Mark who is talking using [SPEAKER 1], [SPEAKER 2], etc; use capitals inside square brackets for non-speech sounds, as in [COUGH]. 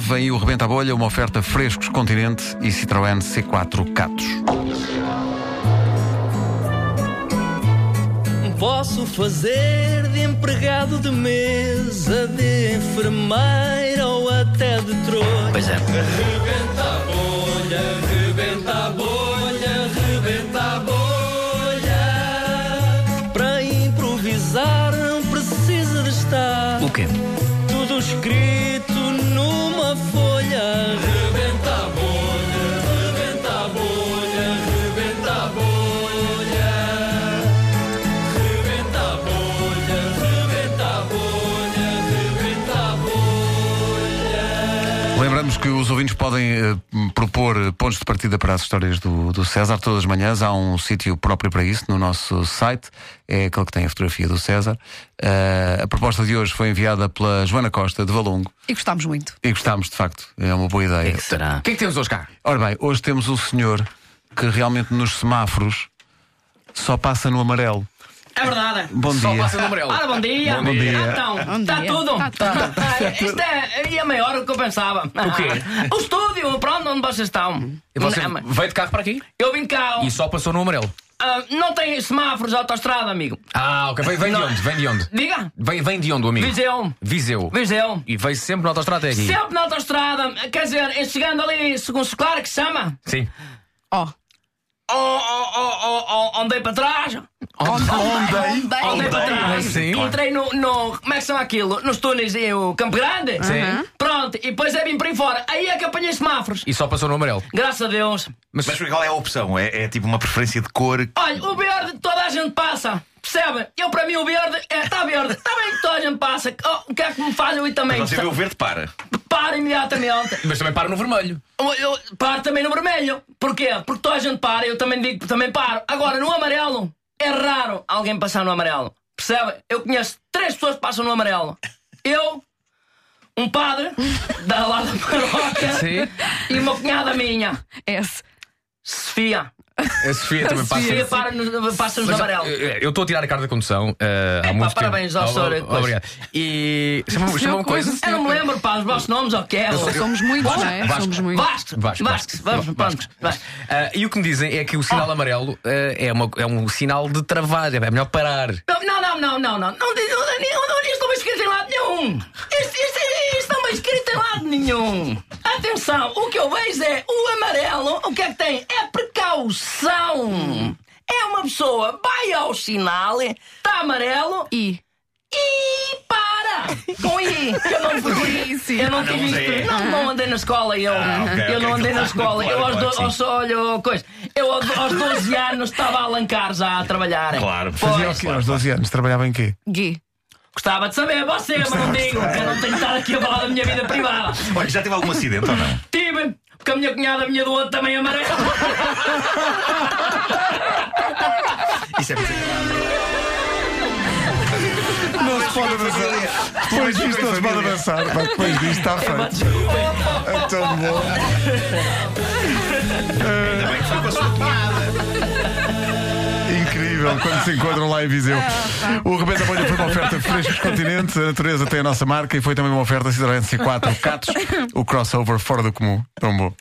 [SPEAKER 1] Vem aí o Rebenta a Bolha, uma oferta frescos continente e Citroën C4 Catos.
[SPEAKER 2] Posso fazer de empregado de mesa, de enfermeira ou até de troia. Pois é. Rebenta a bolha, rebenta a bolha, rebenta a bolha. Para improvisar não precisa de estar
[SPEAKER 3] O quê?
[SPEAKER 2] tudo escrito numa folha. Rebenta a bolha, rebenta a bolha, rebenta a bolha. Rebenta a bolha, rebenta a bolha, rebenta a bolha.
[SPEAKER 1] Lembramos que os ouvintes podem eh, propor eh, pontos de partida para as histórias do, do César todas as manhãs. Há um sítio próprio para isso no nosso site, é aquele que tem a fotografia do César. Eh, a proposta de hoje foi enviada pela Joana Costa de Valongo
[SPEAKER 4] E gostámos muito.
[SPEAKER 1] e gostámos, de facto, é uma boa ideia.
[SPEAKER 3] que será?
[SPEAKER 5] que é que temos hoje cá?
[SPEAKER 1] Ora bem, hoje temos um senhor que realmente nos semáforos só passa no amarelo.
[SPEAKER 6] É verdade.
[SPEAKER 1] Bom
[SPEAKER 5] Só
[SPEAKER 1] dia.
[SPEAKER 5] passa no amarelo.
[SPEAKER 6] Ora, bom dia.
[SPEAKER 1] Bom dia.
[SPEAKER 6] Então,
[SPEAKER 4] Bom
[SPEAKER 6] está
[SPEAKER 4] dia.
[SPEAKER 6] tudo.
[SPEAKER 4] Tá tudo.
[SPEAKER 6] Isto é, é maior do que eu pensava. O [LAUGHS]
[SPEAKER 5] quê?
[SPEAKER 6] O estúdio, pronto, onde vocês estão.
[SPEAKER 5] E você
[SPEAKER 6] Não, mas
[SPEAKER 5] veio de carro para aqui
[SPEAKER 6] Eu vim cá.
[SPEAKER 5] e só passou no amarelo.
[SPEAKER 6] ah, não tem semáforos de autostrada, amigo.
[SPEAKER 5] Ah, ok. Vem, vem de onde? Vem de onde?
[SPEAKER 6] Diga.
[SPEAKER 5] Vem, vem de onde, amigo?
[SPEAKER 6] Viseu.
[SPEAKER 5] Viseu.
[SPEAKER 6] Viseu.
[SPEAKER 5] E veio sempre na autostrada até aqui.
[SPEAKER 6] Sempre na autostrada. Quer dizer, em chegando ali, segundo se claro que se chama.
[SPEAKER 5] Sim.
[SPEAKER 4] Ó,
[SPEAKER 6] Oh, oh, oh, oh, oh, andei para trás. Oh,
[SPEAKER 5] Onde?
[SPEAKER 4] bem,
[SPEAKER 6] Andei para trás.
[SPEAKER 5] Sim.
[SPEAKER 6] Entrei no, no. Como é que são aquilo? Nos túneis e o Campo Grande.
[SPEAKER 5] Sim.
[SPEAKER 6] Pronto, e depois é vim por aí fora. Aí é que apanhei semáforos.
[SPEAKER 5] E só passou no amarelo.
[SPEAKER 6] Graças a Deus.
[SPEAKER 5] Mas,
[SPEAKER 7] Mas qual é a opção? É, é tipo uma preferência de cor?
[SPEAKER 6] Olha, o verde toda a gente passa. Percebe? Eu para mim o verde é, está verde. Está bem que toda a gente passa. Oh, o que é que me faz eu ir também?
[SPEAKER 7] Você
[SPEAKER 1] Então-
[SPEAKER 7] vê o verde, para.
[SPEAKER 6] Para imediatamente.
[SPEAKER 5] mas também para no vermelho.
[SPEAKER 6] Eu, eu paro também no vermelho. Porquê? Porque toda a gente para, eu também digo, também paro. Agora, no amarelo, é raro alguém passar no amarelo. Percebe? Eu conheço três pessoas que passam no amarelo. Eu, um padre, da lá da paróquia,
[SPEAKER 5] [LAUGHS] Sim.
[SPEAKER 6] e uma cunhada minha,
[SPEAKER 4] S.
[SPEAKER 6] Sofia.
[SPEAKER 5] A Sofia também passa.
[SPEAKER 6] Sofia para nos, passa nos
[SPEAKER 5] Mas,
[SPEAKER 6] amarelo.
[SPEAKER 5] eh, Eu estou a tirar a carta de condução eh, há
[SPEAKER 6] Epá,
[SPEAKER 5] muito tempo.
[SPEAKER 6] parabéns ao
[SPEAKER 5] Oh,
[SPEAKER 6] senhor,
[SPEAKER 5] oh,
[SPEAKER 6] depois.
[SPEAKER 5] Obrigado. E chama-me chama coisa.
[SPEAKER 4] coisa.
[SPEAKER 6] Eu não me lembro, pá, os vossos nomes, ok?
[SPEAKER 4] Somos muitos, não é?
[SPEAKER 5] Vasco.
[SPEAKER 4] Somos muitos.
[SPEAKER 6] Vasco, Vasco,
[SPEAKER 5] Vasco, Vasco,
[SPEAKER 6] vamos,
[SPEAKER 5] Vasco,
[SPEAKER 6] vamos, Vasco.
[SPEAKER 5] Ah, e o que me dizem é que o
[SPEAKER 6] Ah.
[SPEAKER 5] sinal amarelo eh, é, uma- é um sinal de travar. É melhor parar.
[SPEAKER 6] Não, não, não, não, não, não. Não diz, não, não, não, isto não é escrito em lado nenhum. Isto, isto, isto não é escrito em lado nenhum. Atenção, o que eu vejo é o amarelo, o que é que tem? É precaução. É uma pessoa, vai ao sinal, está amarelo
[SPEAKER 4] I.
[SPEAKER 6] e para! Com I, que eu não fui.
[SPEAKER 4] sim.
[SPEAKER 6] Eu não
[SPEAKER 7] não
[SPEAKER 6] tive
[SPEAKER 7] usei.
[SPEAKER 6] isto. Não, não andei na escola, eu.
[SPEAKER 7] Ah, ok,
[SPEAKER 6] eu
[SPEAKER 7] ok,
[SPEAKER 6] não andei na
[SPEAKER 7] claro,
[SPEAKER 6] escola.
[SPEAKER 7] claro,
[SPEAKER 6] eu aos,
[SPEAKER 7] claro
[SPEAKER 6] do,
[SPEAKER 7] que
[SPEAKER 6] aos, olha, oh, coisa. Eu aos, aos 12 anos estava a alancar já a trabalhar.
[SPEAKER 7] Claro.
[SPEAKER 1] Fazia o
[SPEAKER 6] Pois,
[SPEAKER 1] quê? Aos 12 anos trabalhava em quê?
[SPEAKER 4] G.
[SPEAKER 6] gostava de saber você, mas não digo. Eu não tenho que estar aqui a falar da minha vida privada.
[SPEAKER 7] Olha, já teve algum acidente ou não?
[SPEAKER 6] Tive, porque a minha cunhada, a minha do outro também é amarela.
[SPEAKER 7] Isso é mentira.
[SPEAKER 1] Não se pode avançar. Depois disto não se pode avançar. Pá, Depois disto está feito. É tão bom.
[SPEAKER 7] Ainda bem que foi com a sua cunhada.
[SPEAKER 1] Incrível quando se encontram lá em Viseu. O Rebenta Bolha foi uma oferta frescos continente, a natureza tem a nossa marca e foi também uma oferta Citroën C4 Catos, o crossover fora do comum. Tão bom.